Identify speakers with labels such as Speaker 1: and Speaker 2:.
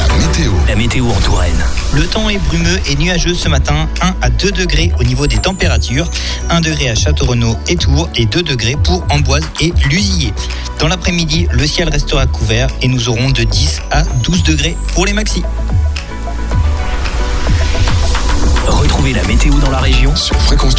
Speaker 1: La météo en Touraine.
Speaker 2: Le temps est brumeux et nuageux ce matin, 1 à 2 degrés au niveau des températures, 1 degré à Château-Renaud et Tours et 2 degrés pour Amboise et Lusillet. Dans l'après-midi, le ciel restera couvert et nous aurons de 10 à 12 degrés pour les maxis.
Speaker 1: Retrouvez la météo dans la région
Speaker 3: sur Fréquence